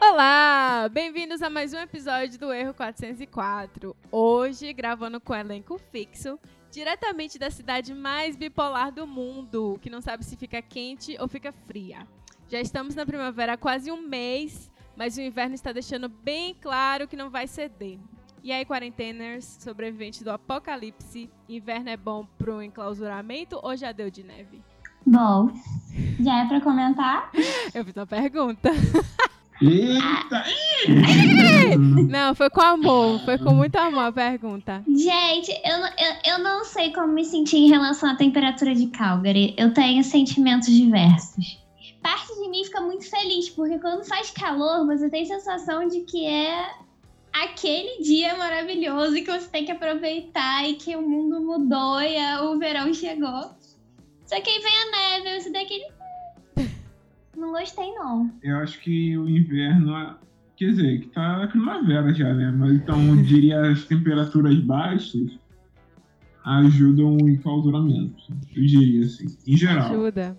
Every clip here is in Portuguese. Olá! Bem-vindos a mais um episódio do Erro 404. Hoje, gravando com elenco fixo, diretamente da cidade mais bipolar do mundo, que não sabe se fica quente ou fica fria. Já estamos na primavera há quase um mês, mas o inverno está deixando bem claro que não vai ceder. E aí, quarenteners, sobrevivente do apocalipse, inverno é bom pro enclausuramento ou já deu de neve? Bom, já é pra comentar? Eu fiz uma pergunta. Eita! Não, foi com amor, foi com muito amor a pergunta. Gente, eu, não- eu, eu não sei como me sentir em relação à temperatura de Calgary. Eu tenho sentimentos diversos. Parte de mim fica muito feliz, porque quando faz calor, você tem a sensação de que é aquele dia maravilhoso e que você tem que aproveitar e que o mundo mudou e a- o verão chegou. Só que aí vem a neve, aí você tem aquele. "Hum, Não gostei, não. Eu acho que o inverno. é- Quer dizer, que tá na primavera já, né? Mas então eu diria as temperaturas baixas ajudam o enclausuramento. Eu diria assim, em geral. Ajuda.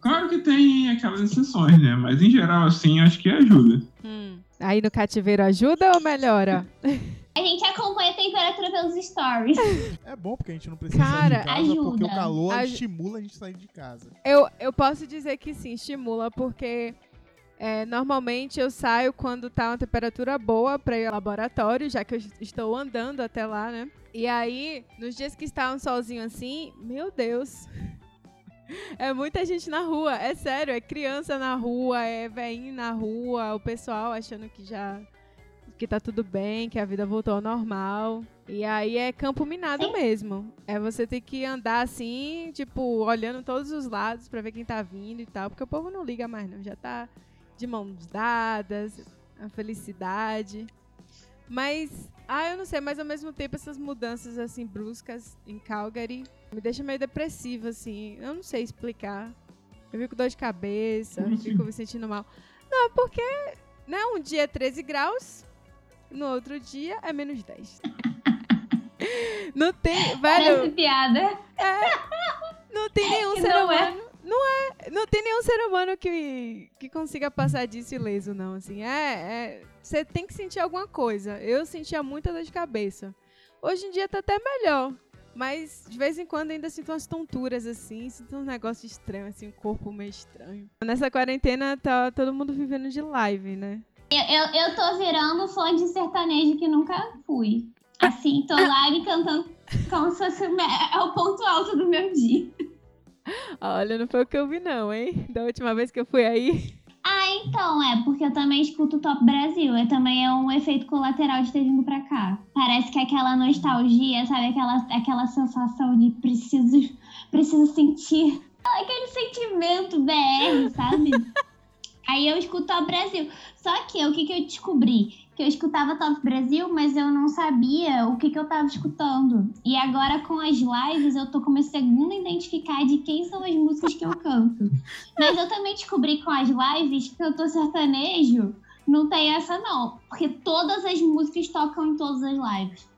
Claro que tem aquelas exceções, né? Mas em geral, assim, acho que ajuda. Hum. Aí no cativeiro ajuda ou melhora? A gente acompanha a temperatura pelos stories. É bom porque a gente não precisa sair Cara, de casa, ajuda. porque o calor Aj- estimula a gente sair de casa. Eu, eu posso dizer que sim, estimula, porque é, normalmente eu saio quando tá uma temperatura boa para ir ao laboratório, já que eu es- estou andando até lá, né? E aí, nos dias que está um solzinho assim, meu Deus. É muita gente na rua, é sério, é criança na rua, é veinho na rua, o pessoal achando que já que tá tudo bem, que a vida voltou ao normal. E aí é campo minado Sim. mesmo. É você ter que andar assim, tipo, olhando todos os lados pra ver quem tá vindo e tal, porque o povo não liga mais não, já tá de mãos dadas, a felicidade. Mas, ah, eu não sei, mas ao mesmo tempo essas mudanças assim bruscas em Calgary me deixa meio depressiva assim. Eu não sei explicar. Eu fico com dor de cabeça, Como assim? fico me sentindo mal. Não, porque né, um dia é 13 graus, no outro dia é menos 10. não tem, velho, Parece piada. não tem nenhum Que ser não é. humano. Não é. Não tem nenhum ser humano que, que consiga passar disso ileso, não. Assim, é. é- Você tem que sentir alguma coisa. Eu sentia muita dor de cabeça. Hoje em dia tá até melhor. Mas de vez em quando ainda sinto umas tonturas, assim, sinto uns negócios estranhos, assim, um corpo meio estranho. Nessa quarentena tá todo mundo vivendo de live, né? Eu, eu tô virando fã de sertanejo que nunca fui. Assim, tô lá e cantando como se fosse o me- é o ponto alto do meu dia. Olha, não foi o que eu vi, não, hein? Da última vez que eu fui aí. Ah, então, é, porque eu também escuto o Top Brasil. É também é um efeito colateral de ter vindo pra cá. Parece que aquela nostalgia, sabe? Aquela, aquela sensação de preciso, preciso sentir. Aquele sentimento BR, sabe? Aí eu escuto Top Brasil. Só que o que, que eu descobri? Que eu escutava Top Brasil, mas eu não sabia o que, que eu tava escutando. E agora com as lives eu tô começando a identificar de quem são as músicas que eu canto. Mas eu também descobri com as lives que eu tô sertanejo. Não tem essa, não. Porque todas as músicas tocam em todas as lives.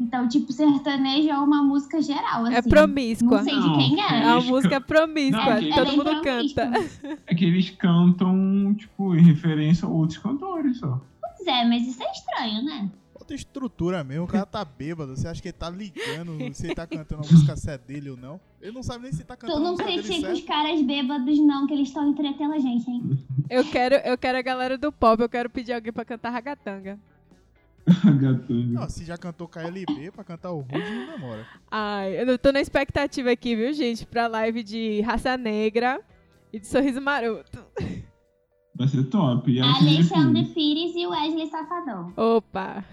Então, tipo, sertanejo é uma música geral. Assim. é promíscua. Não sei de quem É é. uma Eles música Não, promíscua. gente. todo bem mundo promíscua. canta. É que eles cantam, tipo, em referência a outros cantores só. Pois é, mas isso é estranho, né? Outra estrutura mesmo, o cara tá bêbado, você acha que ele tá ligando se ele tá cantando a música se é dele ou não. Ele não sabe nem se tá Tu cantando a Então não música dele critica os certo. caras bêbados, não, que eles estão entretendo a gente, hein? Eu quero, eu quero a galera do pop, eu quero pedir alguém pra cantar ragatanga. Gatanga. Não, se já cantou KLB pra cantar o Rude, não demora. Ai, eu não tô na expectativa aqui, viu, gente, pra live de Raça Negra e de Sorriso Maroto. Vai ser top. E assim, Alexandre Pires e Wesley Safadão. Opa!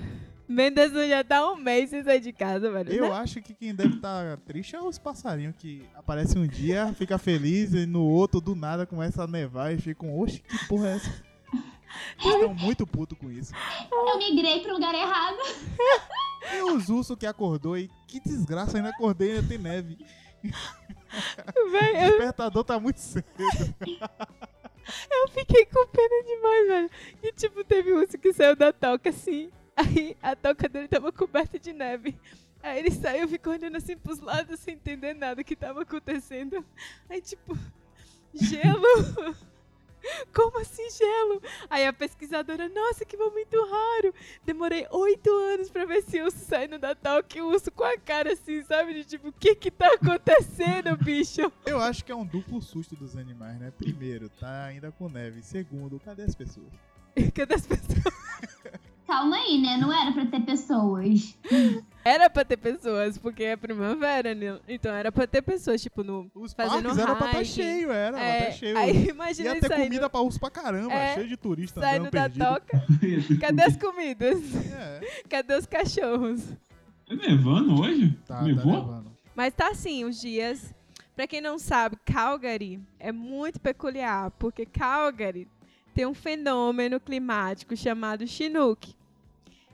Mendes não já tá um mês sem sair de casa, velho. Eu acho que quem deve estar triste é os passarinhos que aparecem um dia, fica feliz e no outro do nada começa a nevar e ficam, oxe, que porra é essa? Eles estão muito puto com isso. Eu migrei pro lugar errado. E os ursos que acordou e que desgraça, ainda acordei e ainda tem neve. Véi, O despertador tá muito cedo. eu fiquei com pena demais, velho. E tipo, teve um urso que saiu da toca, assim. Aí a toca dele tava coberta de neve. Aí ele saiu, ficou olhando assim pros lados sem entender nada que tava acontecendo. Aí tipo, gelo. Como assim gelo? Aí a pesquisadora, nossa, que momento raro. Demorei oito anos pra ver esse urso saindo da toca e o urso com a cara assim, sabe? De tipo, o que que tá acontecendo, bicho? Eu acho que é um duplo susto dos animais, né? Primeiro, tá ainda com neve. Segundo, cadê as pessoas? Cadê as pessoas? Calma aí, né? Não era pra ter pessoas. Era pra ter pessoas, porque é primavera, né? Então era pra ter pessoas, tipo, no. Os Fazendo parques eram pra estar hiking. cheio, era. É, pra tá cheio. aí imagina Ia isso ter aí. comida pra urso pra caramba, É, cheio de turista Saindo andando da perdido. toca, cadê as comidas? É, Cadê os cachorros? Tá nevando hoje? tá, tá Nevou? levando. Mas tá assim, os dias. Pra quem não sabe, Calgary é muito peculiar, porque Calgary tem um fenômeno climático chamado Chinook.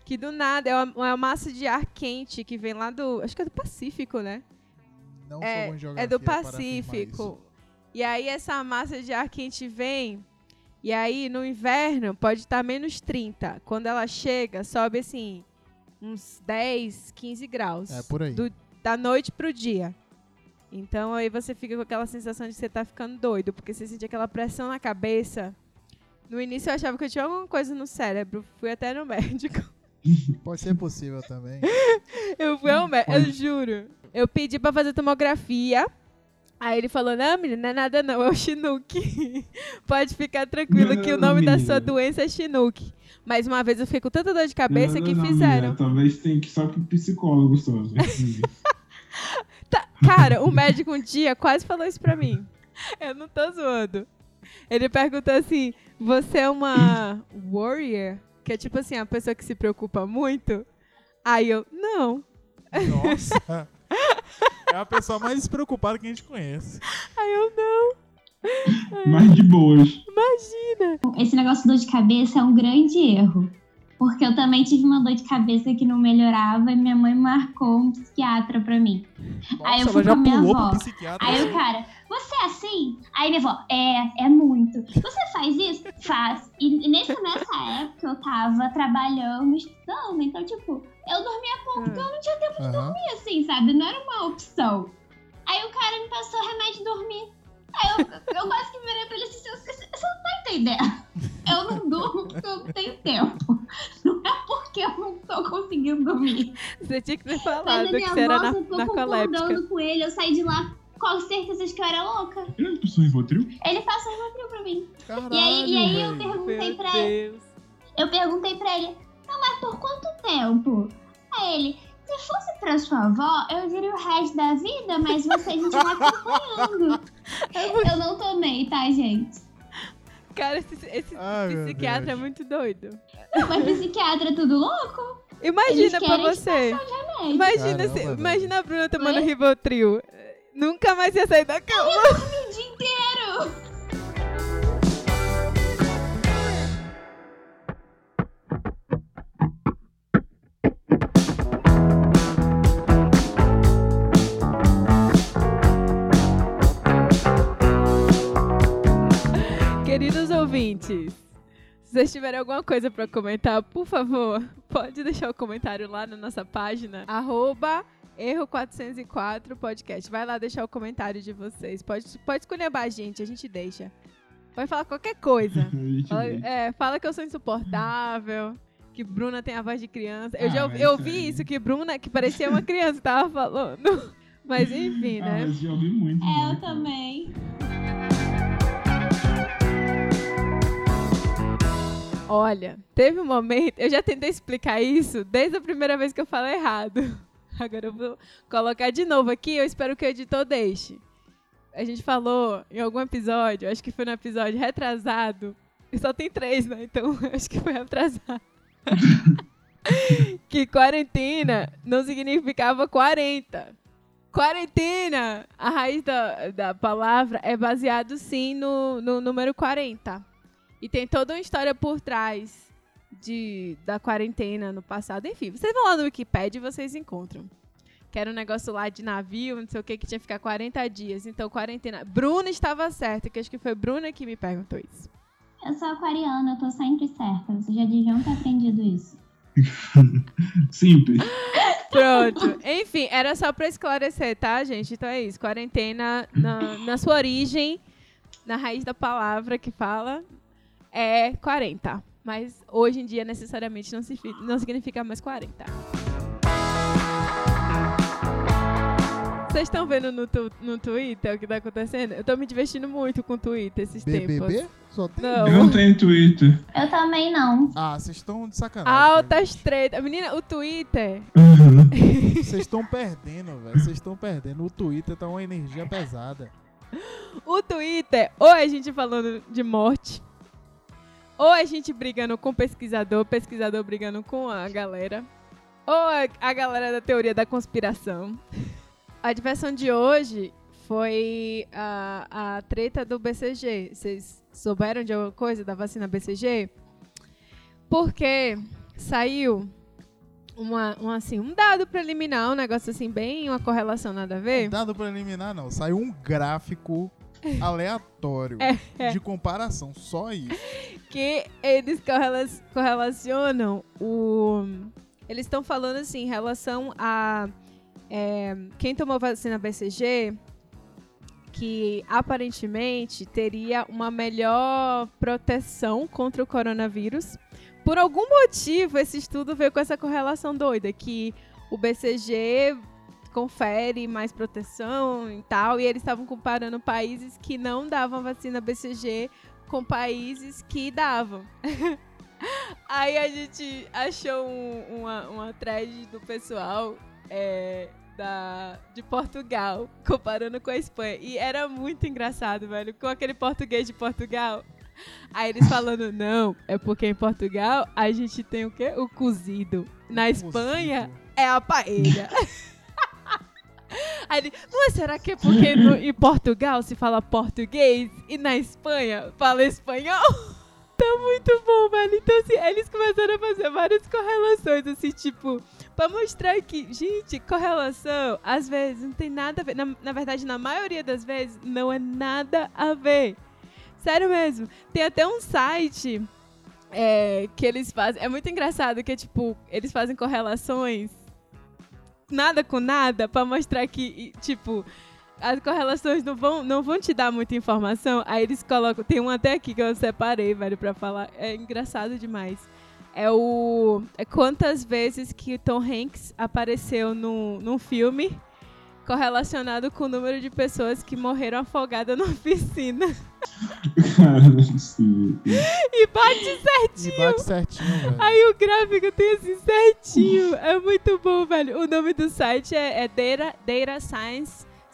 Que do nada é uma, é uma massa de ar quente que vem lá do. Acho que é do Pacífico, né? Não É- sou bom em geografia é do para afirmar isso. Pacífico. E aí essa massa de ar quente vem, e aí no inverno pode estar menos 30. Quando ela chega, sobe assim uns 10, 15 graus. É, por aí. Do- da noite pro dia. Então aí você fica com aquela sensação de que você tá ficando doido, porque você sente aquela pressão na cabeça. No início eu achava que eu tinha alguma coisa no cérebro, fui até no médico. Pode ser possível também. Eu fui Hum, ao médico, eu juro. Eu pedi pra fazer tomografia. Aí ele falou: Não, menina, não é nada não, é o Chinook. Pode ficar tranquilo que o Não, nome da menina. sua doença é Chinook. Mas uma vez eu fiquei com tanta dor de cabeça Não, que não, fizeram. menina, Talvez tenha que ir só pro psicólogo só. assim. Tá- cara, o médico um dia quase falou isso pra mim. Eu não tô zoando. Ele perguntou assim: Você é uma warrior? Que é tipo assim, a pessoa que se preocupa muito? Aí eu, não. Nossa. É a pessoa mais despreocupada que a gente conhece. Aí eu, não, Mas de boas. imagina. Esse negócio de dor de cabeça é um grande erro. Porque eu também tive uma dor de cabeça que não melhorava e minha mãe marcou um psiquiatra pra mim. Nossa, eu ela fui já com minha pulou avó. pro psiquiatra. Aí o assim. cara, você é assim? Aí minha avó, é, é muito. Você faz isso? Faz. E nessa, nessa época eu tava trabalhando, estudando, então, tipo, eu dormia Ah, pouco, porque eu não tinha tempo Aham. de dormir, assim, sabe? Não era uma opção. Aí o cara me passou remédio de dormir. Aí eu, eu quase que virei pra ele assim, você você não tá entendendo. Eu não durmo porque eu não tenho tempo. Não é porque eu não tô conseguindo dormir. Você tinha que ter Mas falado a que minha você era avó na, ficou narcoléptica. concordando com ele, eu saí de lá com certeza que eu era louca. Eu é pessoa Rivotril? Ele passa o Rivotril pra mim. Caralho, E aí, e aí eu véi. perguntei Meu pra ele, Deus. eu perguntei pra ele, não, mas por quanto tempo? Aí ele, se fosse pra sua avó, eu diria o resto da vida, mas vocês estão tá acompanhando. É Eu não tomei, tá, gente? Cara, esse, esse Ai, meu psiquiatra é Deus. muito doido. Mas psiquiatra é tudo louco? Imagina pra querem te você. passar remédio. Imagina, Caramba, se- velho. imagina a Bruna tomando Oi? Rivotril. Nunca mais ia sair da cama. O dia inteiro. Queridos ouvintes, se vocês tiverem alguma coisa pra comentar, por favor, pode deixar o comentário lá na nossa página, arroba erro404 podcast. Vai lá deixar o comentário de vocês. Pode, pode esculhambar a gente, a gente deixa. Pode falar qualquer coisa. A gente Fala, vê. é, fala que eu sou insuportável, que Bruna tem a voz de criança. Eu Ah, já mas eu isso vi aí. isso, que Bruna, que parecia uma criança, tava falando. Mas enfim, Ah, né? mas já ouvi muito. É, né, eu cara? também. Olha, teve um momento. Eu já tentei explicar isso desde a primeira vez que eu falei errado. Agora eu vou colocar de novo aqui. Eu espero que o editor deixe. A gente falou em algum episódio, acho que foi no episódio retrasado. E só tem três, né? Então acho que foi retrasado. que quarentena não significava 40. Quarentena! A raiz da, da palavra é baseado sim no, no número 40. E tem toda uma história por trás de, da quarentena no passado. Enfim, vocês vão lá no Wikipedia e vocês encontram. Que era um negócio lá de navio, não sei o que, que tinha que ficar 40 dias. Então, quarentena. Bruna estava certa, que acho que foi Bruna que me perguntou isso. Eu sou aquariana, eu tô sempre certa. Vocês já deviam ter aprendido isso. Simples. Pronto. Enfim, era só pra esclarecer, tá, gente? Então é isso. Quarentena, na, na sua origem, na raiz da palavra que fala, é 40. Mas hoje em dia, necessariamente, não, se fi- não significa mais 40. Vocês estão vendo no, tu- no Twitter o que tá acontecendo? Eu tô me divertindo muito com o Twitter esses tempos. BBB? Só tem Não. um. Eu não tenho Twitter. Eu também não. Ah, vocês estão de sacanagem. Altas tretas. Menina, o Twitter. Uhum. velho. Vocês estão perdendo, velho. Vocês estão perdendo. O Twitter tá uma energia pesada. O Twitter, ou é a gente falando de morte, ou é a gente brigando com o pesquisador, pesquisador brigando com a galera, ou é a galera da teoria da conspiração. A diversão de hoje foi a, a treta do BCG. Vocês souberam de alguma coisa da vacina BCG? Porque saiu uma, um, assim, um dado preliminar, um negócio assim, bem uma correlação nada a ver. Dado preliminar, não. Saiu um gráfico É. aleatório de comparação. Só isso. que eles correla- correlacionam o. Eles estão falando assim em relação a é, quem tomou vacina BCG, que aparentemente teria uma melhor proteção contra o coronavírus. Por algum motivo, esse estudo veio com essa correlação doida, que o BCG confere mais proteção e tal, e eles estavam comparando países que não davam vacina BCG com países que davam. Aí a gente achou um- uma, uma thread do pessoal é, da, de Portugal, comparando com a Espanha. E era muito engraçado, velho, com aquele português de Portugal. Aí eles falando, não, é porque em Portugal a gente tem o quê? O cozido. Na Espanha é a paella. Aí ele, mas será que é porque no- em Portugal se fala português e na Espanha fala espanhol? Tá muito bom, velho. Então, assim, eles começaram a fazer várias correlações, assim, tipo, pra mostrar que, gente, correlação, às vezes, não tem nada a ver. Na, na verdade, na maioria das vezes, não é nada a ver. Sério mesmo. Tem até um site é, que eles fazem. É muito engraçado que, é, tipo, eles fazem correlações nada com nada pra mostrar que, e, tipo, as correlações não vão, não vão te dar muita informação. Aí eles colocam. Tem um até aqui que eu separei, velho, pra falar. É engraçado demais. É o. É quantas vezes que o Tom Hanks apareceu num, num filme correlacionado com o número de pessoas que morreram afogadas na piscina. Cara, é sim. E bate E bate certinho, velho. Aí o gráfico tem assim certinho. É muito bom, velho. O nome do site é, é data,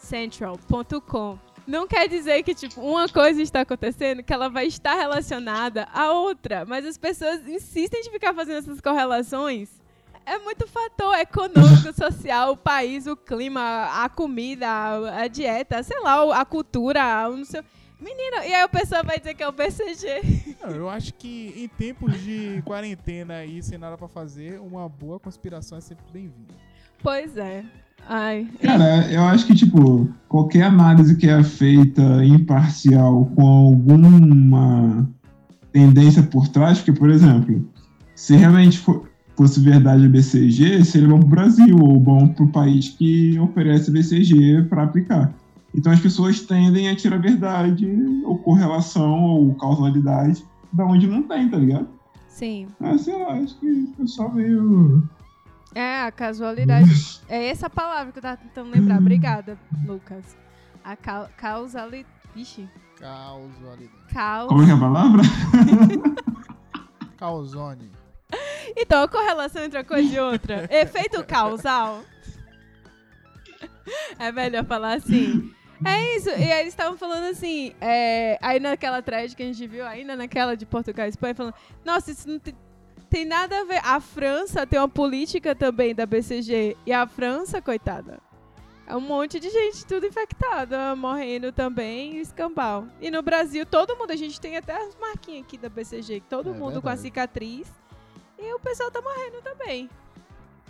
datasciencecentral.com. Não quer dizer que, tipo, uma coisa está acontecendo que ela vai estar relacionada à outra. Mas as pessoas insistem de ficar fazendo essas correlações. É muito fator econômico, social, o país, o clima, a comida, a, a dieta, sei lá, o- a cultura, o não sei. Menino, e aí o pessoal vai dizer que é o BCG. Não, eu acho que em tempos de quarentena e sem nada pra fazer, uma boa conspiração é sempre bem-vinda. Pois é. Ai, Cara, eu acho que, tipo, qualquer análise que é feita imparcial com alguma tendência por trás, porque, por exemplo, se realmente fo- fosse verdade o BCG, seria bom pro Brasil, ou bom pro país que oferece BCG para aplicar. Então as pessoas tendem a tirar verdade, ou correlação, ou causalidade, da onde não tem, tá ligado? Sim. Ah, sei lá, acho que o pessoal meio. É, a casualidade. É essa palavra que eu tava tentando lembrar. Obrigada, Lucas. A ca causalidade. Vixe. Causalidade. Caus. Como é que é a palavra? Causone. Então, a correlação entre uma coisa e outra. Efeito causal. É melhor falar assim. É isso. E aí eles estavam falando assim. é, aí naquela thread que a gente viu, ainda naquela de Portugal e Espanha, falando: Nossa, isso não tem, tem nada a ver. A França tem uma política também da BCG. E a França, coitada. É um monte de gente tudo infectada, morrendo também, e escambau. E no Brasil, todo mundo, a gente tem até as marquinhas aqui da BCG, todo É mundo com a verdade. cicatriz. E o pessoal tá morrendo também.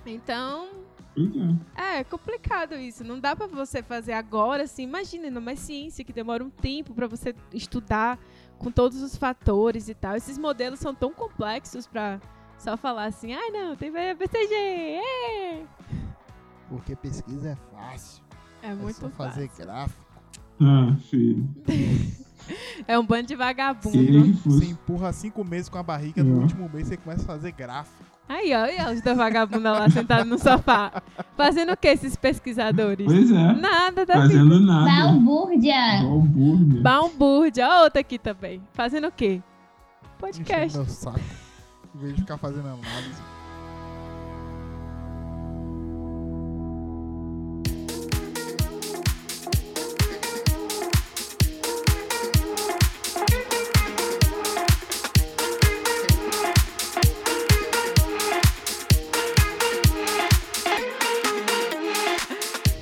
Então, Pois é. é complicado isso. Não dá pra você fazer agora, assim. Imagina, numa ciência que demora um tempo pra você estudar com todos os fatores e tal. Esses modelos são tão complexos pra só falar assim, ai não, tem BCG. É, Porque pesquisa é fácil. é É muito só fazer fácil. gráfico. Ah, filho. É um bando de vagabundo. Seria que Você fosse. empurra cinco meses com a barriga, no Uhum. último mês você começa a fazer gráfico. Aí, ó, e os dois vagabundos lá sentados no sofá. Fazendo o que esses pesquisadores? Pois é. Nada da vida. Fazendo nada. É um Balbúrdia. Balbúrdia. Balbúrdia, ó, outra aqui também. Fazendo o quê? Enchendo Podcast. meu saco. Em vez de ficar fazendo análise.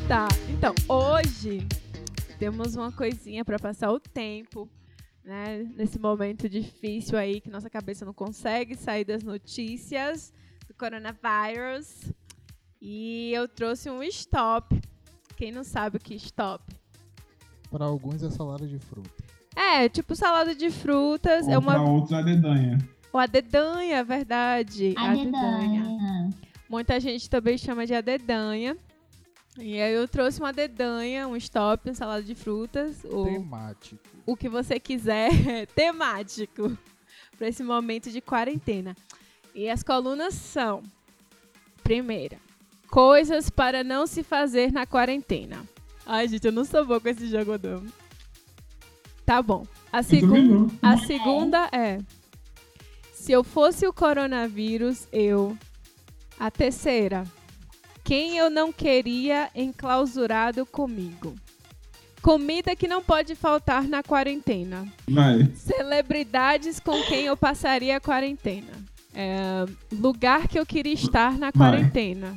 Tá, então, hoje temos uma coisinha pra passar o tempo, né? Nesse momento difícil aí que nossa cabeça não consegue sair das notícias do coronavírus. E eu trouxe um stop. Quem não sabe o que é stop? Para alguns é salário de fruta. É, tipo salada de frutas, Ou é uma pra outros a dedanha. Ou a dedanha, é verdade. A dedanha. Muita gente também chama de a dedanha. E aí eu trouxe uma dedanha, um stop, um salada de frutas, ou Temático. o que você quiser, temático, para esse momento de quarentena. E as colunas são: primeira, coisas para não se fazer na quarentena. Ai, gente, eu não sou boa com esse jogo, não. Tá bom. A Eu segunda. também não. A segunda é: se eu fosse o coronavírus, eu. A terceira: quem eu não queria enclausurado comigo. Comida que não pode faltar na quarentena. Vai. Celebridades com quem eu passaria a quarentena. É, lugar que eu queria estar na Vai. quarentena.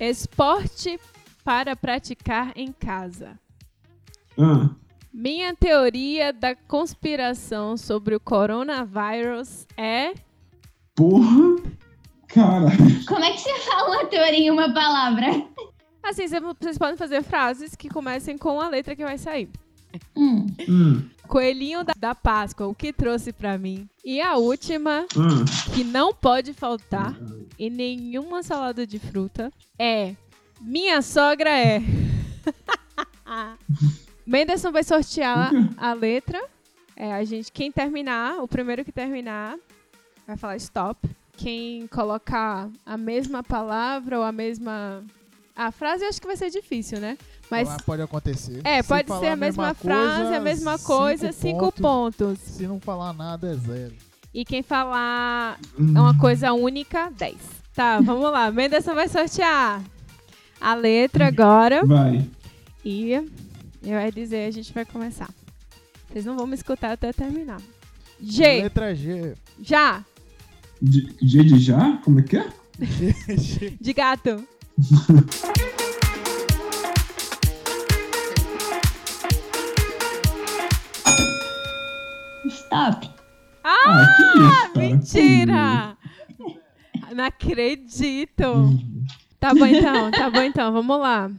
Esporte para praticar em casa. Ah, Minha teoria da conspiração sobre o coronavírus é. porra. Cara, Como é que você fala uma teoria em uma palavra? Assim, cê- vocês podem fazer frases que comecem com a letra que vai sair. Hum. hum, Coelhinho da, da Páscoa, o que trouxe pra mim? E a última, hum. que não pode faltar em nenhuma salada de fruta, é. Minha sogra é. Menderson vai sortear a letra. É, a gente, quem terminar, o primeiro que terminar, vai falar stop. Quem colocar a mesma palavra ou a mesma. A frase eu acho que vai ser difícil, né? Mas. Falar pode acontecer. É, Se pode falar ser a mesma, frase, coisa, a mesma coisa, cinco, pontos. Se não falar nada, é zero. E quem falar é uma coisa única, 10. Tá, vamos lá. Menderson vai sortear a letra agora. Vai. E eu ia dizer, a gente vai começar. Vocês não vão me escutar até eu terminar. é- G, Letra G. já, De- Dia de já? Como é que é? G, G. de gato. Stop. Ah, Ah, que isso, cara. mentira! Não acredito. Tá bom então, tá bom então, vamos lá.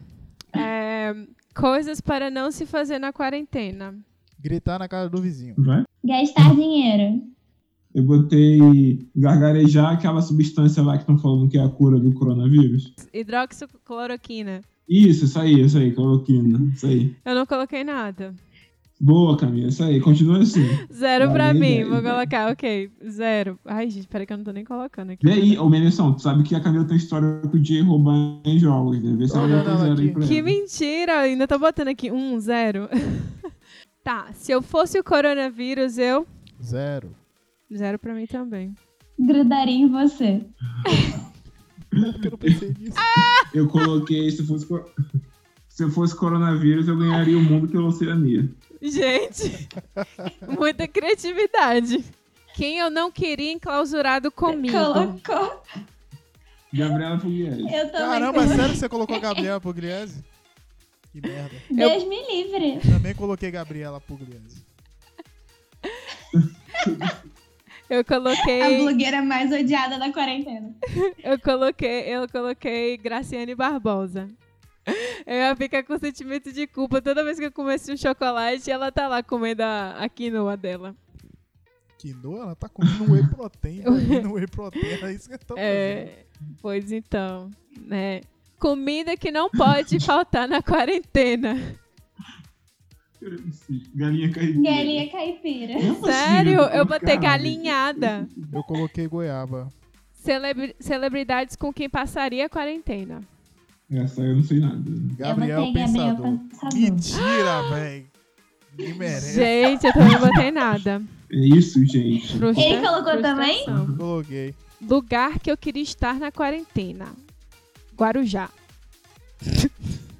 É, coisas para não se fazer na quarentena. Gritar na cara do vizinho. Hum, Vai. Gastar dinheiro. Eu botei gargarejar aquela substância lá que estão falando que é a cura do coronavírus. Hidroxicloroquina. Isso, isso aí, isso aí, cloroquina. Isso aí. Eu não coloquei nada. Boa, Camila, isso aí. Continua assim. Zero pra Valeu, mim, zero, vou zero. colocar, ok. Zero. Ai, gente, peraí que eu não tô nem colocando aqui. Vê aí, ô Menezão, tu sabe que a Camila tem história com o Jay roubar em jogos, né? Vê se ela Não, já não, tem não, zero aí aqui. pra Que ela. mentira! Ainda tô botando aqui um, zero. tá, se eu fosse o coronavírus, eu. Zero. Zero pra mim também. Grudaria em você. Porque eu não pensei nisso. Ah, Eu coloquei, se eu fosse, cor- se eu fosse coronavírus, eu ganharia o mundo pela Oceania. Gente, muita criatividade. Quem eu não queria enclausurado comigo. Colocou. Gabriela Pugliese. Eu também. Caramba, é coloquei. sério que você colocou a Gabriela Pugliese? Que merda. Deus me livre. Também coloquei Gabriela Pugliese. Eu A coloquei. blogueira mais odiada da quarentena. Eu coloquei. Eu coloquei Graciane Barbosa. Eu ia ficar com sentimento de culpa toda vez que eu comesse um chocolate ela tá lá comendo a, a quinoa dela. Quinoa, ela tá comendo whey protein. tá comendo whey protein, é isso que eu tô fazendo. É, pois então, né? Comida que não pode faltar na quarentena. Galinha caipira. Galinha caipira. Não é possível, Sério, eu cara. botei galinhada. Eu coloquei goiaba. Celebri- celebridades com quem passaria a quarentena. Essa É, eu não sei nada. Gabriel eu botei Pensador. Gabriel Pensador. Mentira, velho. Me merece. Gente, eu também não botei nada. É isso, gente. Frustra- Ele colocou também? frustração. Coloquei. Lugar que eu queria estar na quarentena. Guarujá.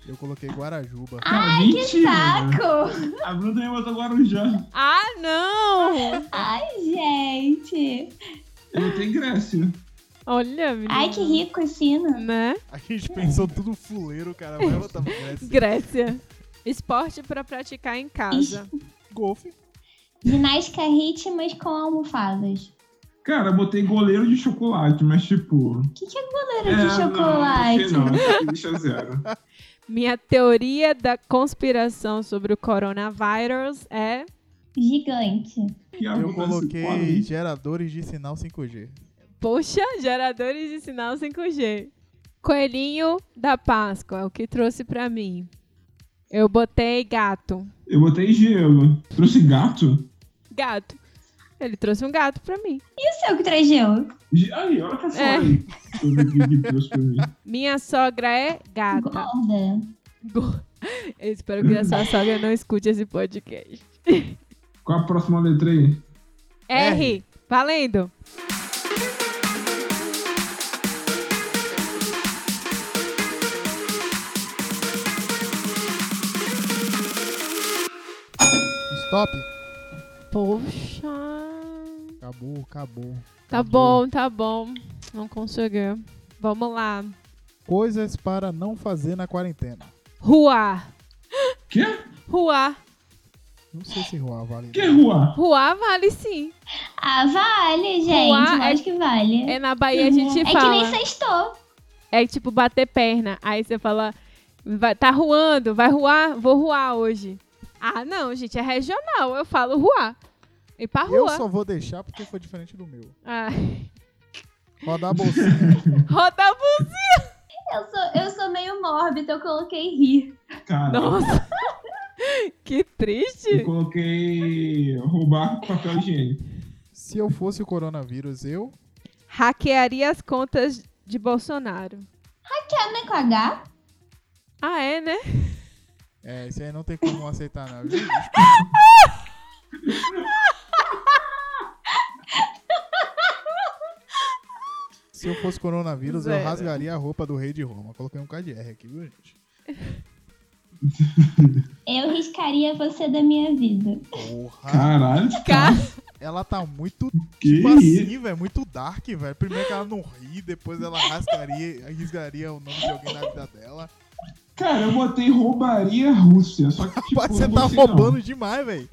Eu coloquei Guarajuba. Ah, Ai, que saco! A Bruna também botou Guarujá. Ah, não! Ai, gente. Eu botei Grécia. Olha, menina. Ai, que rico e fino. Né? A gente pensou tudo fuleiro, cara. Mas ela tava Grécia. Grécia. Esporte pra praticar em casa. Golfe. Ginástica ritmos com almofadas. Cara, eu botei goleiro de chocolate, mas tipo. O que, que é goleiro é, de chocolate? Não, não, sei não essa aqui deixa zero. Minha teoria da conspiração sobre o coronavírus é. Gigante. Que Eu água tá coloquei esse quadro? geradores de sinal 5G. Poxa, geradores de sinal 5G. Coelhinho da Páscoa, o que trouxe pra mim. Eu botei gato. Eu botei gelo. Trouxe gato? Gato. Ele trouxe um gato pra mim. Isso é o que traz gelo. Ge- Aí, olha que só É. aí. Deixa eu ver o que que trouxe pra mim. Minha sogra é gata. Gorda. Go- Eu espero que a sua sogra não escute esse podcast. Qual a próxima letra aí? R, R. valendo. Stop. Poxa. Acabou, acabou. Tá bom, tá bom. Não conseguiu. Vamos lá. Coisas para não fazer na quarentena. Rua. Quê? Rua. Não sei se Juan vale. Que rua? Rua vale sim. Ah, vale, gente. Uá, é- Lógico que vale. É na Bahia a gente é que fala. nem sextou. É tipo bater perna. Aí você fala, vai, tá ruando, vai ruar, vou ruar hoje. Ah, não, gente, é regional. Eu falo ruar. E pra Eu rua. só vou deixar porque foi diferente do meu. Ah, Rodar a bolsinha. roda a buzina. Eu sou, eu sou meio mórbida, eu coloquei rir. Cara, Nossa. que eu triste. coloquei roubar papel higiênico. se eu fosse o coronavírus, eu Hackearia as contas de Bolsonaro. Quer né, com H? Ah, é, né? É, isso aí não tem como aceitar, não. viu? Se eu fosse coronavírus, eu Zero. rasgaria a roupa do rei de Roma. Coloquei um KDR aqui, viu, gente? Eu riscaria você da minha vida. Porra. Caralho, Cara, Ela tá muito, que tipo isso? assim, velho. Muito dark, velho. Primeiro que ela não ri, depois ela rasgaria, risgaria o nome de alguém na vida dela. Cara, eu botei roubaria Rússia. Só que tipo, Rapaz, você não tá gostei, não. roubando demais, velho.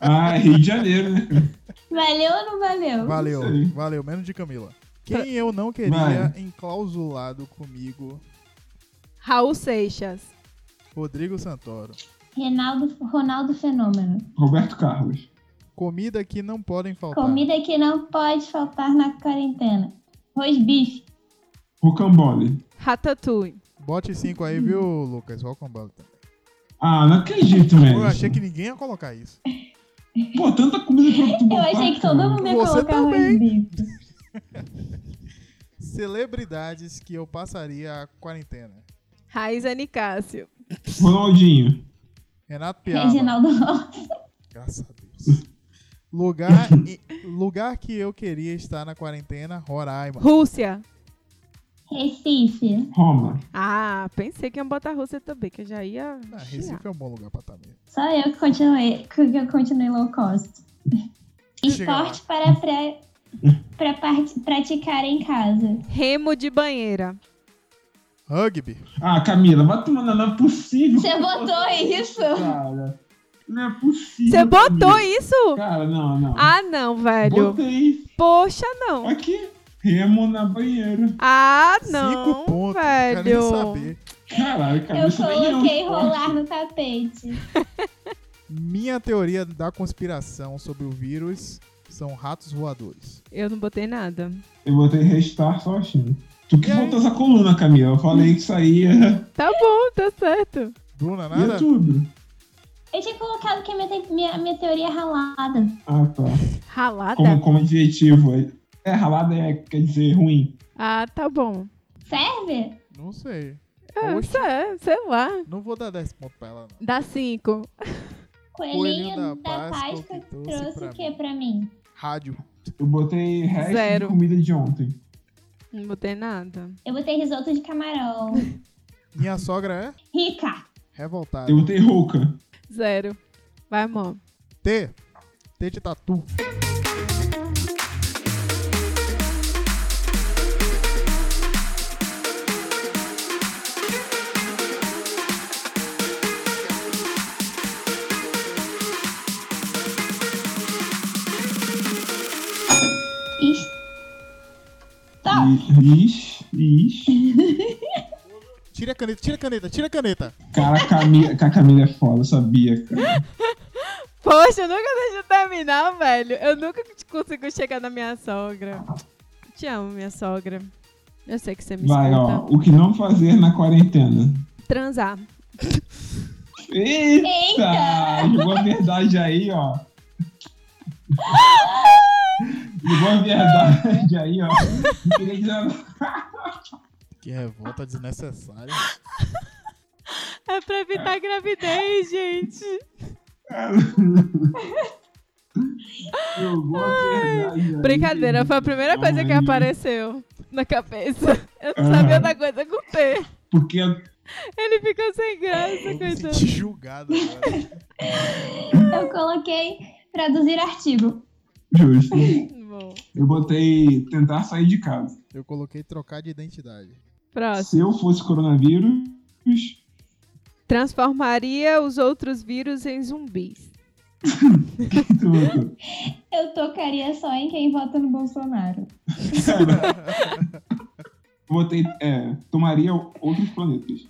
Ah, Rio de Janeiro, né? Valeu ou não valeu? Valeu, sei. valeu. Menos de Tá. Camila. Quem eu não queria Vai. enclausulado comigo? Raul Seixas. Rodrigo Santoro. Renaldo, Ronaldo Fenômeno. Roberto Carlos. Comida que não podem faltar. Comida que não pode faltar na quarentena. Rosbife. Rocambole. Ratatouille. Bote 5 aí, viu, Lucas? Welcome back. Ah, não acredito, velho. Eu achei que ninguém ia colocar isso. Pô, tanta comida pra tu Eu achei que todo mundo ia Você colocar também. rosbife. Celebridades que eu passaria a quarentena. Raíza Nicásio. Ronaldinho. Renato Piaba. Reginaldo Lopes. Graças a Deus. Lugar, e- lugar que eu queria estar na quarentena, Roraima. Rússia. Recife. Roma. Ah, pensei que iam botar Rússia também, que eu já ia. Ah, chiar. Recife é um bom lugar pra estar mesmo. Só eu que continuei, que eu continuei low cost. Chega lá. Esporte para pra, pra part- praticar em casa. Remo de banheira. Rugby. Ah, Camila, vai tomar. Não não é possível. Você botou isso? Cara, não é possível. Você botou Camila. isso? Cara, não, não. Ah, não, velho. Botei. Poxa, não. Aqui. Remo na banheira. Ah, Cinco não, pontos. Não quero nem velho. saber. Caralho, cara. Eu isso nem é um coloquei esporte. né? rolar no tapete. Minha teoria da conspiração sobre o vírus são ratos voadores. Eu não botei nada. Eu botei restar só achando. Tu que E aí? botou essa coluna, Camila. Eu falei que isso aí era Tá bom, tá certo. Bruna, nada? YouTube. Eu tinha colocado que a minha, te- minha, minha teoria é ralada. Ah, tá. Como, Ralada? como adjetivo. É, ralada é, quer dizer ruim. Ah, tá bom. Serve? Não sei. Ah, Oxe. sei, sei lá. Não vou dar 10 pontos pra ela, não. Dá cinco. Coelhinho, Coelhinho da da, Páscoa Páscoa que trouxe trouxe pra o que mim. pra mim? Rádio. Eu botei resto Zero. de comida de ontem. Não botei nada. Eu botei risoto de camarão. Minha sogra é Rica! revoltada. Eu botei rouca. Zero. Vai, amor. T. T de tatu. Tá. E, ixi, ixi. Tira a caneta, tira a caneta, tira a caneta. Cara, a Camila, cara, a Camila é foda, eu sabia, cara. Poxa, eu nunca deixo terminar, velho. Eu nunca consigo chegar na minha sogra. Te amo, minha sogra. Eu sei que você me Vai, escuta. ó. O que não fazer na quarentena? Transar. Eita! Eita! Jogou a verdade aí, ó. Jogou a verdade aí, ó. Não queria dizer- Que revolta desnecessária. É pra evitar a gravidez, gente. Jogou a verdade aí. Brincadeira, foi a primeira coisa que Ai. apareceu na cabeça. Eu não Aham. sabia da coisa com T. Porque Ele ficou sem graça, É, Eu me coitado. senti julgado agora. Eu coloquei traduzir artigo. Justo. Bom, Eu botei tentar sair de casa. Eu coloquei trocar de identidade. próximo. Se eu fosse coronavírus, Transformaria os outros vírus em zumbis. tudo. Eu tocaria só em quem vota no Bolsonaro. Eu botei, é, tomaria outros planetas.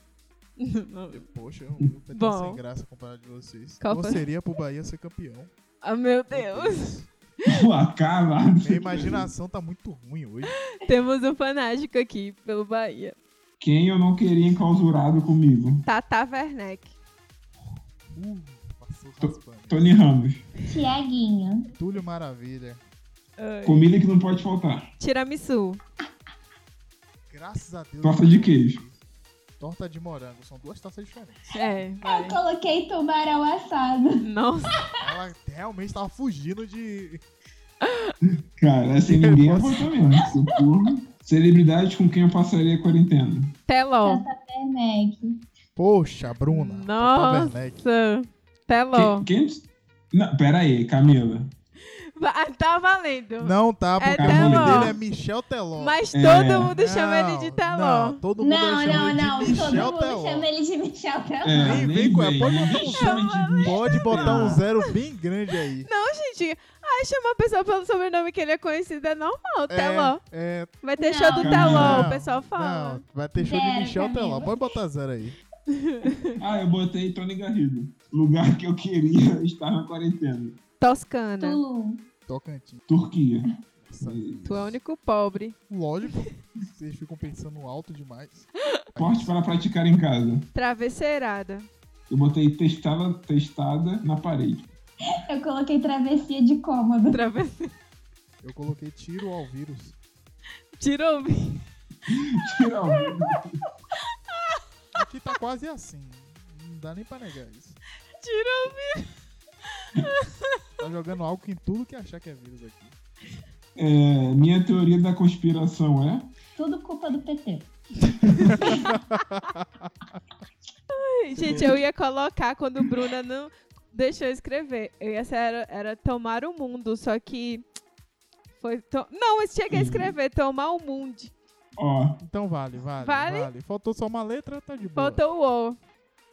Poxa, eu vou tentar Bom. sem graça comparado de vocês. Qual Qual foi? seria pro Bahia ser campeão? Ah, meu Deus. Pô, caralho. Minha imaginação tá muito ruim hoje. Temos um fanático aqui pelo Bahia. Quem eu não queria enclausurado comigo? Tata Werneck. Uh, passou raspando. Tony Ramos. Tiaguinho. Túlio Maravilha. Ai. Comida que não pode faltar. Tiramisu. Graças a Deus. Torta de queijo. Torta de morango. São duas taças diferentes. É, vai. Eu coloquei tubarão assado. Nossa. Ela realmente tava fugindo de. Cara, assim ninguém aguenta mesmo. Essa porra. Celebridade com quem eu passaria a quarentena. Teló. É, Verneck. Poxa, Bruna. Tata Werneck. Nossa. Teló. Quem, quem... Não, pera aí, Camila. Vai- Tá valendo. Não tá, porque É o nome Teló. dele é Michel Teló. Mas É. todo mundo chama Não, ele de Teló. Não, todo mundo Não, chama não, ele de não. Michel Todo mundo Teló. chama ele de Michel Teló. É, Vem, nem vem, qual é? Pode ninguém botar um chama de bicho. Pode botar um Ah. zero bem grande aí. Não, gente. Ai, chamar a pessoa pelo sobrenome que ele é conhecido é normal, Teló. É, Vai ter Não. show do Não, Teló, não, o pessoal fala. não, vai ter show Zero, de Michel Camila. Teló. Pode botar zero aí. Ah, eu botei Tony Garrido. Lugar que eu queria estar na quarentena. Toscana. Tulu. Tocantins. Turquia. Nossa, Tu é o único pobre. Lógico. Vocês ficam pensando alto demais. Esporte para praticar em casa. Travesseirada. Eu botei testada, testada na parede. Eu coloquei travessia de cômodo. Travesse... Eu coloquei tiro ao vírus. Tirou Tira o- Aqui tá quase assim. Não dá nem pra negar isso. Tirou Tá jogando álcool em tudo que achar que é vírus aqui. é, minha teoria da conspiração é. Tudo culpa do PT. Gente, eu ia colocar quando o Bruna não deixou eu escrever. Eu ia ser, era, era tomar o mundo, só que foi to- não, eu cheguei a escrever tomar o mundo. Ó, Então vale, vale, Vale? vale. Faltou só uma letra, tá de boa. Faltou o O.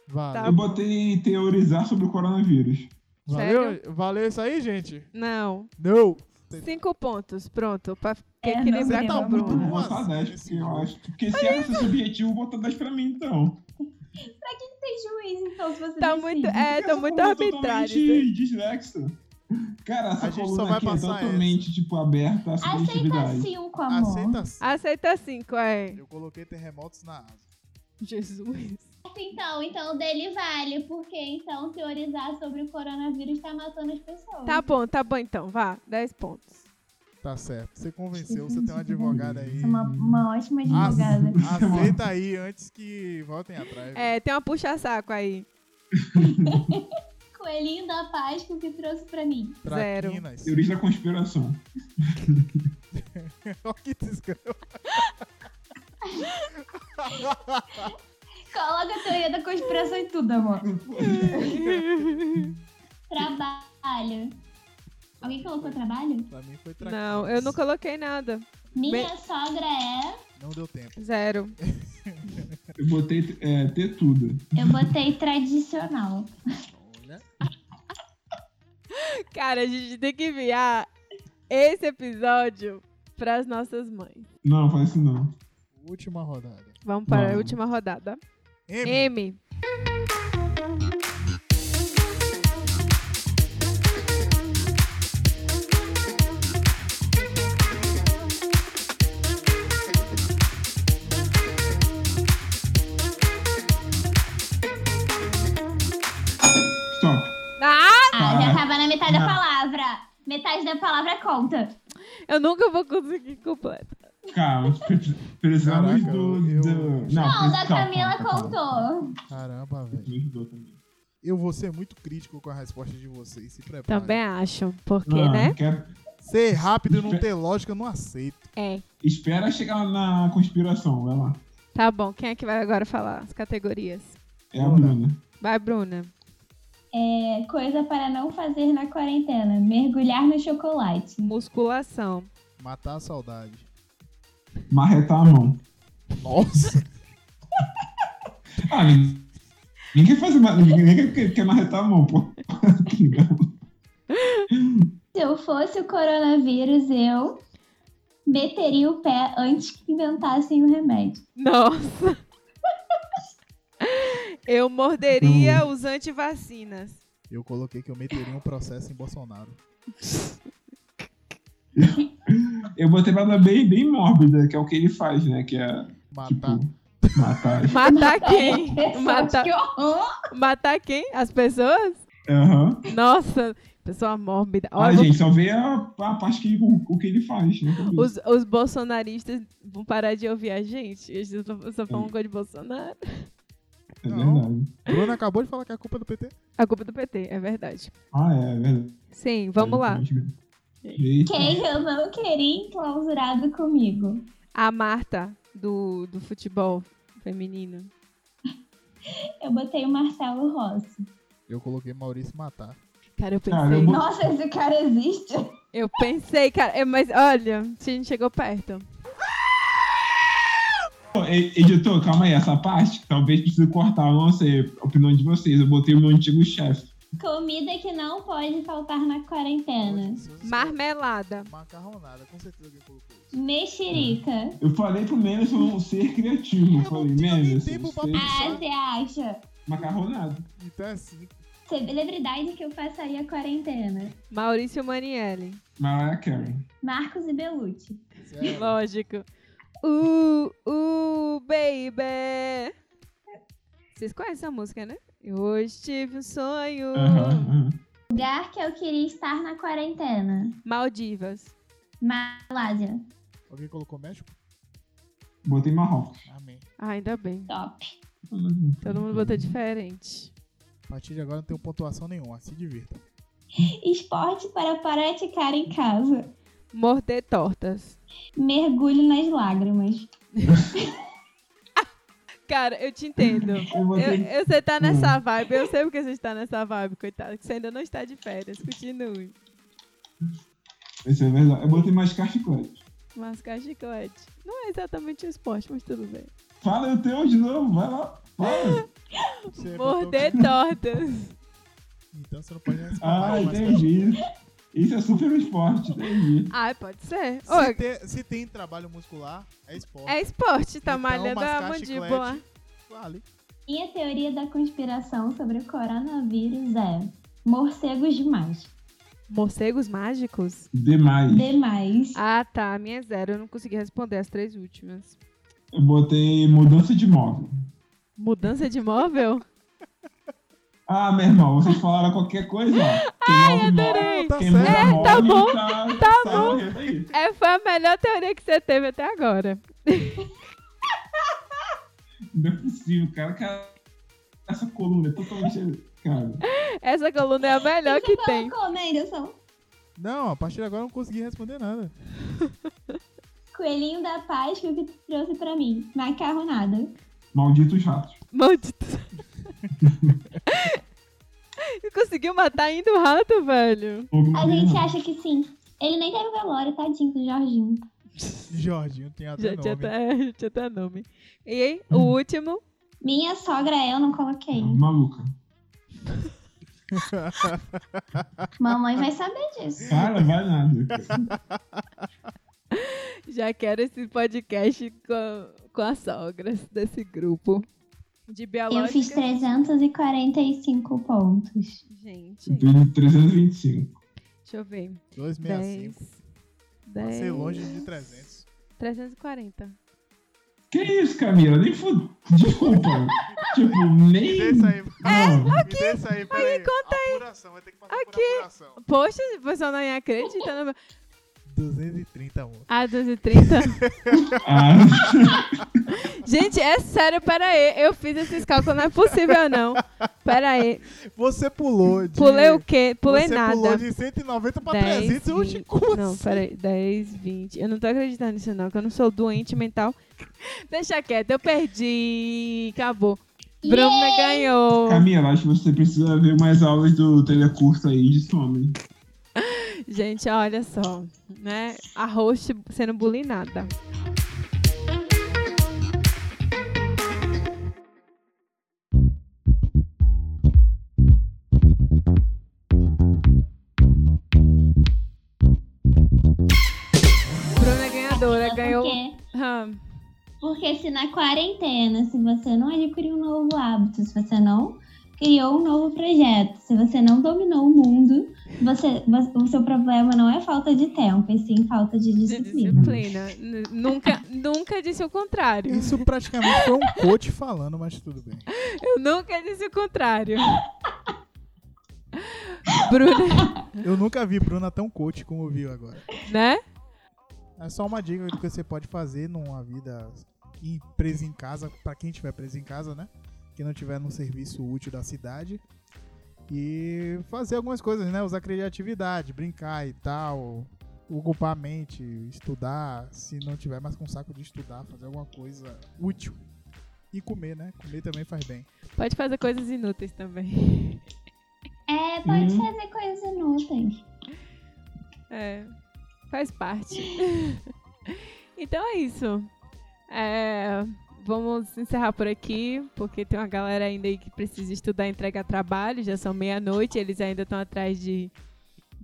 Vale. Tá. eu botei teorizar sobre o coronavírus. Valeu, valeu isso aí, gente? Não. Não. Cinco pontos, pronto. Pra É, equilibrar não, com tá o Eu muito Bruno. vou botar Nossa, 10, esse porque eu jogo. acho. Porque se era esse objetivo, bota 10 pra mim, então. Tem juiz, então, se você Tá decide. muito, é, Essa tô muito coluna é arbitrário. né? isso aí. totalmente dislexa. Cara, essa A gente só coluna vai aqui é passar totalmente, tipo, aberta à Aceita subjetividade. cinco, amor. Aceita sim. Aceita cinco, é. Eu coloquei terremotos na asa. Jesus. Então, então o dele vale, porque então teorizar sobre o coronavírus tá matando as pessoas. Tá bom, tá bom então, vá. 10 pontos. Tá certo. Você convenceu, você tem um advogado aí. Sou Uma, uma ótima Ah, advogada. Aceita aí antes que voltem atrás. É, tem uma puxa-saco aí. Coelhinho da Páscoa que trouxe pra mim. zero. Traquinas. Teoria da conspiração. Olha que desgrama. Coloca a teoria da conspiração em tudo, amor. Trabalho. Alguém colocou trabalho? Pra mim foi traquinas. Não, eu não coloquei nada. Minha sogra é. Não deu tempo. Zero. Eu botei é, ter tudo. Eu botei tradicional. Olha. Cara, a gente tem que enviar esse episódio pras nossas mães. Não, faz isso não. Última rodada. Vamos para a Vamos. última rodada. M. M. Stop. Ah, Ah, já Ah. tava na metade da Não. palavra. Metade da palavra conta. eu nunca vou conseguir completo. Calma, pre- precisamos Caraca, do, eu- do- Não, precisa- da calma, Camila calma, calma. contou. Caramba, velho. Me ajudou também. Eu vou ser muito crítico com a resposta de vocês. Se prepare. Também acho. Porque, Não, né? quero- Ser rápido e não ter lógica, eu não aceito. É. espera chegar na conspiração, vai lá. Tá bom. Quem é que vai agora falar as categorias? É a Bora. Bruna. Vai, Bruna. É, coisa para não fazer na quarentena. Mergulhar no chocolate. Musculação. Matar a saudade. Marretar a mão. Nossa. Ah, ninguém, ninguém quer fazer. ma- Ninguém quer- quer, quer marretar a mão, pô. Tá ligado? Se eu fosse o coronavírus, eu meteria o pé antes que inventassem o remédio. Nossa. eu morderia os antivacinas. Eu coloquei que eu meteria um processo em Bolsonaro. Eu botei pra dar bem, bem mórbida, que é o que ele faz, né? Que é, tipo, Matar. matar. Matar quem? Matar, Que horror! matar quem? As pessoas? Aham. Nossa, pessoa mórbida. Ah, Olha, vou- gente, só vê a, a parte que o, o que ele faz, né? os, os bolsonaristas vão parar de ouvir a gente. Eles só, só falam coisa de Bolsonaro. É Não. verdade. Bruno acabou de falar que a culpa é do PT. A culpa do PT, é verdade. Ah, é, é verdade. Sim, vamos Uhum. lá. Eita. Quem eu não queria enclausurado comigo. A Marta, do, do futebol feminino. Eu botei o Marcelo Rossi. Eu coloquei Maurício matar. Cara, eu Cara, pensei. Ah, eu vou- Nossa, esse cara existe. Eu pensei, cara. é, Mas olha, a gente chegou perto. Ô, e- Editor, calma aí, essa parte talvez precise cortar, eu não sei, a opinião de vocês. Eu botei o meu antigo chefe. Comida que não pode faltar na quarentena. Marmelada. Macarronada, com certeza alguém colocou isso. Mexerica. Eu falei pro Menes não ser criativo. Eu Eu falei, não tinha nem Menes, tempo pra você- pensar. Ah, você acha? macarronado. Então é assim. Celebridade que eu passaria a quarentena. Maurício Manielli. Mariah Carey. Marcos e Belucci. sério. Lógico. Uh, uh, baby. Vocês conhecem essa música, né? Eu hoje tive um sonho. Aham, aham. Lugar que eu queria estar na quarentena. Maldivas. Malásia. Alguém colocou México? Botei Marrocos. Amém. Ah, ainda bem. Top. Todo mundo botou diferente. A partir de agora não tenho pontuação nenhuma. Se divirta. Esporte para praticar em casa. Morder tortas. Mergulho nas lágrimas. Cara, eu te entendo. Eu Eu, botei. eu- você tá nessa Hum. vibe, eu sei porque você está nessa vibe, coitado, que você ainda não está de férias. Continue. Isso é verdade. Eu botei mascar chiclete. Mascar chiclete. Não é exatamente um esporte, mas tudo bem. Fala o teu de novo, vai lá. Fala. Você É, botou- Morder tortas. Então você não pode responder. Ah, mais. entendi. Isso é super esporte, entendi. Ai, pode ser. Ô, tá Se, te- se tem trabalho muscular, é esporte. é esporte, tá Então, malhando a mascar mandíbula. Vale. Minha teoria da conspiração sobre o coronavírus é morcegos demais. Morcegos mágicos? Demais. Demais. Ah, tá. A minha é zero. Eu não consegui responder as três últimas. Eu botei mudança de móvel. Mudança de móvel? Ah, meu irmão, vocês falaram qualquer coisa, ó. Ai, adorei. Tá Quem certo. muda É, móvel, tá bom, Tá, tá tá bom. correto aí. É, foi a melhor teoria que você teve até agora. Não é possível, cara. cara essa coluna é totalmente. Cara, Essa coluna é a melhor que tem. Colocou, Mendelson. Não, a partir de agora eu não consegui responder nada. Coelhinho da Páscoa que tu trouxe pra mim. Macarronada. malditos ratos. Maldito. Conseguiu matar ainda o rato, velho. Houve uma A gente guerra. acha que sim. Ele nem teve velório, tadinho do Jorginho. Jorginho tem até Já nome. Hum. tinha até, tinha até nome. E o último. Minha sogra é, eu não coloquei. Maluca. Mamãe vai saber disso. Tá Cara, vai nada. cara. Já quero esse podcast com, com as sogras desse grupo. De biológica. Eu fiz 345 pontos. Gente, Eu tenho 325. deixa eu ver. 10. 265. 10. Passei longe de 300. 340. Que isso, Camila? Nem fud... Desculpa. tipo, É, nem. Desce aí. Não. Me dê isso aí, peraí. Aí, conta aí. Apuração, vai ter que passar por apuração. Poxa, o pessoal não acredita. No... meu- 230, amor. Ah, 230. Ah, Gente, é sério, pera aí. Eu fiz esses cálculos, não é possível, não. Pera aí. Você pulou de... Pulei o quê? Pulei você nada. pulou de 190 pra 10, 300. Oxi, 20. como Não, assim? peraí, 10, 20. Eu não tô acreditando nisso, não, que eu não sou doente mental. Deixa quieto, eu perdi. Acabou. Bruno ganhou. Camila, acho que você precisa ver mais aulas do telecurso aí de some. Gente, olha só, né? A host sendo bulinada. Bruna é ganhadora, ganhou. Porque, Ah, porque se na quarentena, se você não adquiriu um novo hábito, se você não criou um novo projeto, se você não dominou o mundo, você, vo- o seu problema não é falta de tempo, e sim falta de de disciplina. disciplina. N- Nunca, nunca disse o contrário. Isso praticamente foi um coach falando, mas tudo bem. Eu nunca disse o contrário. Bruna, Eu nunca vi Bruna tão coach como viu agora. né? É só uma dica do que você pode fazer numa vida em- presa em casa, pra quem estiver preso em casa, né? Quem não tiver num serviço útil da cidade. E fazer algumas coisas, né? Usar criatividade, brincar e tal. Ocupar a mente, estudar. Se não tiver mais com saco de estudar, fazer alguma coisa útil. E comer, né? Comer também faz bem. Pode fazer coisas inúteis também. É, pode Hum. fazer coisas inúteis. É, faz parte. então é isso. É, vamos encerrar por aqui, porque tem uma galera ainda aí que precisa estudar e entregar trabalho. Já são meia-noite, eles ainda estão atrás de,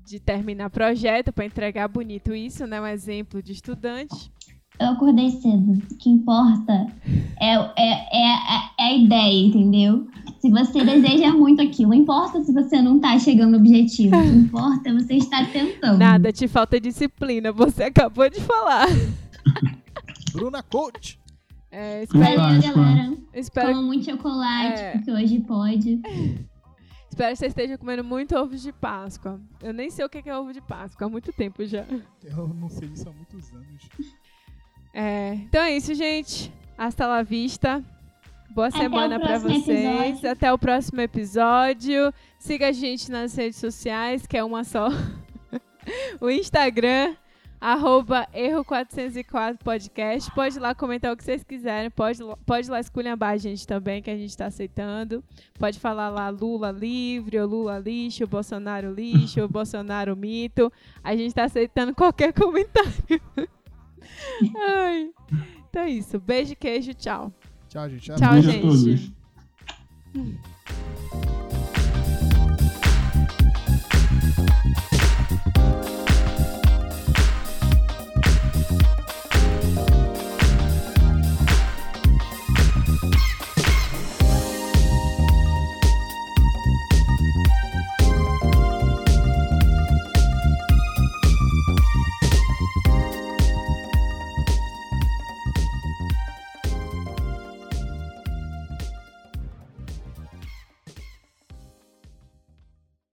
de terminar projeto para entregar bonito isso, né? Um exemplo de estudante. Eu acordei cedo. O que importa é, é, é, a- é a ideia, entendeu? Se você deseja muito aquilo, não importa se você não tá chegando no objetivo. O que importa é você estar tentando. Nada, te falta disciplina, você acabou de falar. Bruna Coach! É, espero, Valeu, Páscoa. galera. espero Coma muito chocolate, É. porque hoje pode. Espero que você esteja comendo muito ovo de Páscoa. Eu nem sei o que é ovo de Páscoa, há muito tempo já. Eu não sei disso há muitos anos. É, então é isso, gente. Hasta la vista. Boa Até semana o pra próximo vocês. episódio. Até o próximo episódio. Siga a gente nas redes sociais, que é uma só. o Instagram, arroba erro404podcast. Pode ir lá comentar o que vocês quiserem. Pode, lá- pode ir lá esculhambar a gente também, que a gente tá aceitando. Pode falar lá Lula livre, ou Lula lixo, Bolsonaro lixo, ou Bolsonaro mito. A gente tá aceitando qualquer comentário. Ai. Então é isso. Beijo, queijo, tchau. Tchau, gente. Tchau, Beijo a gente. todos.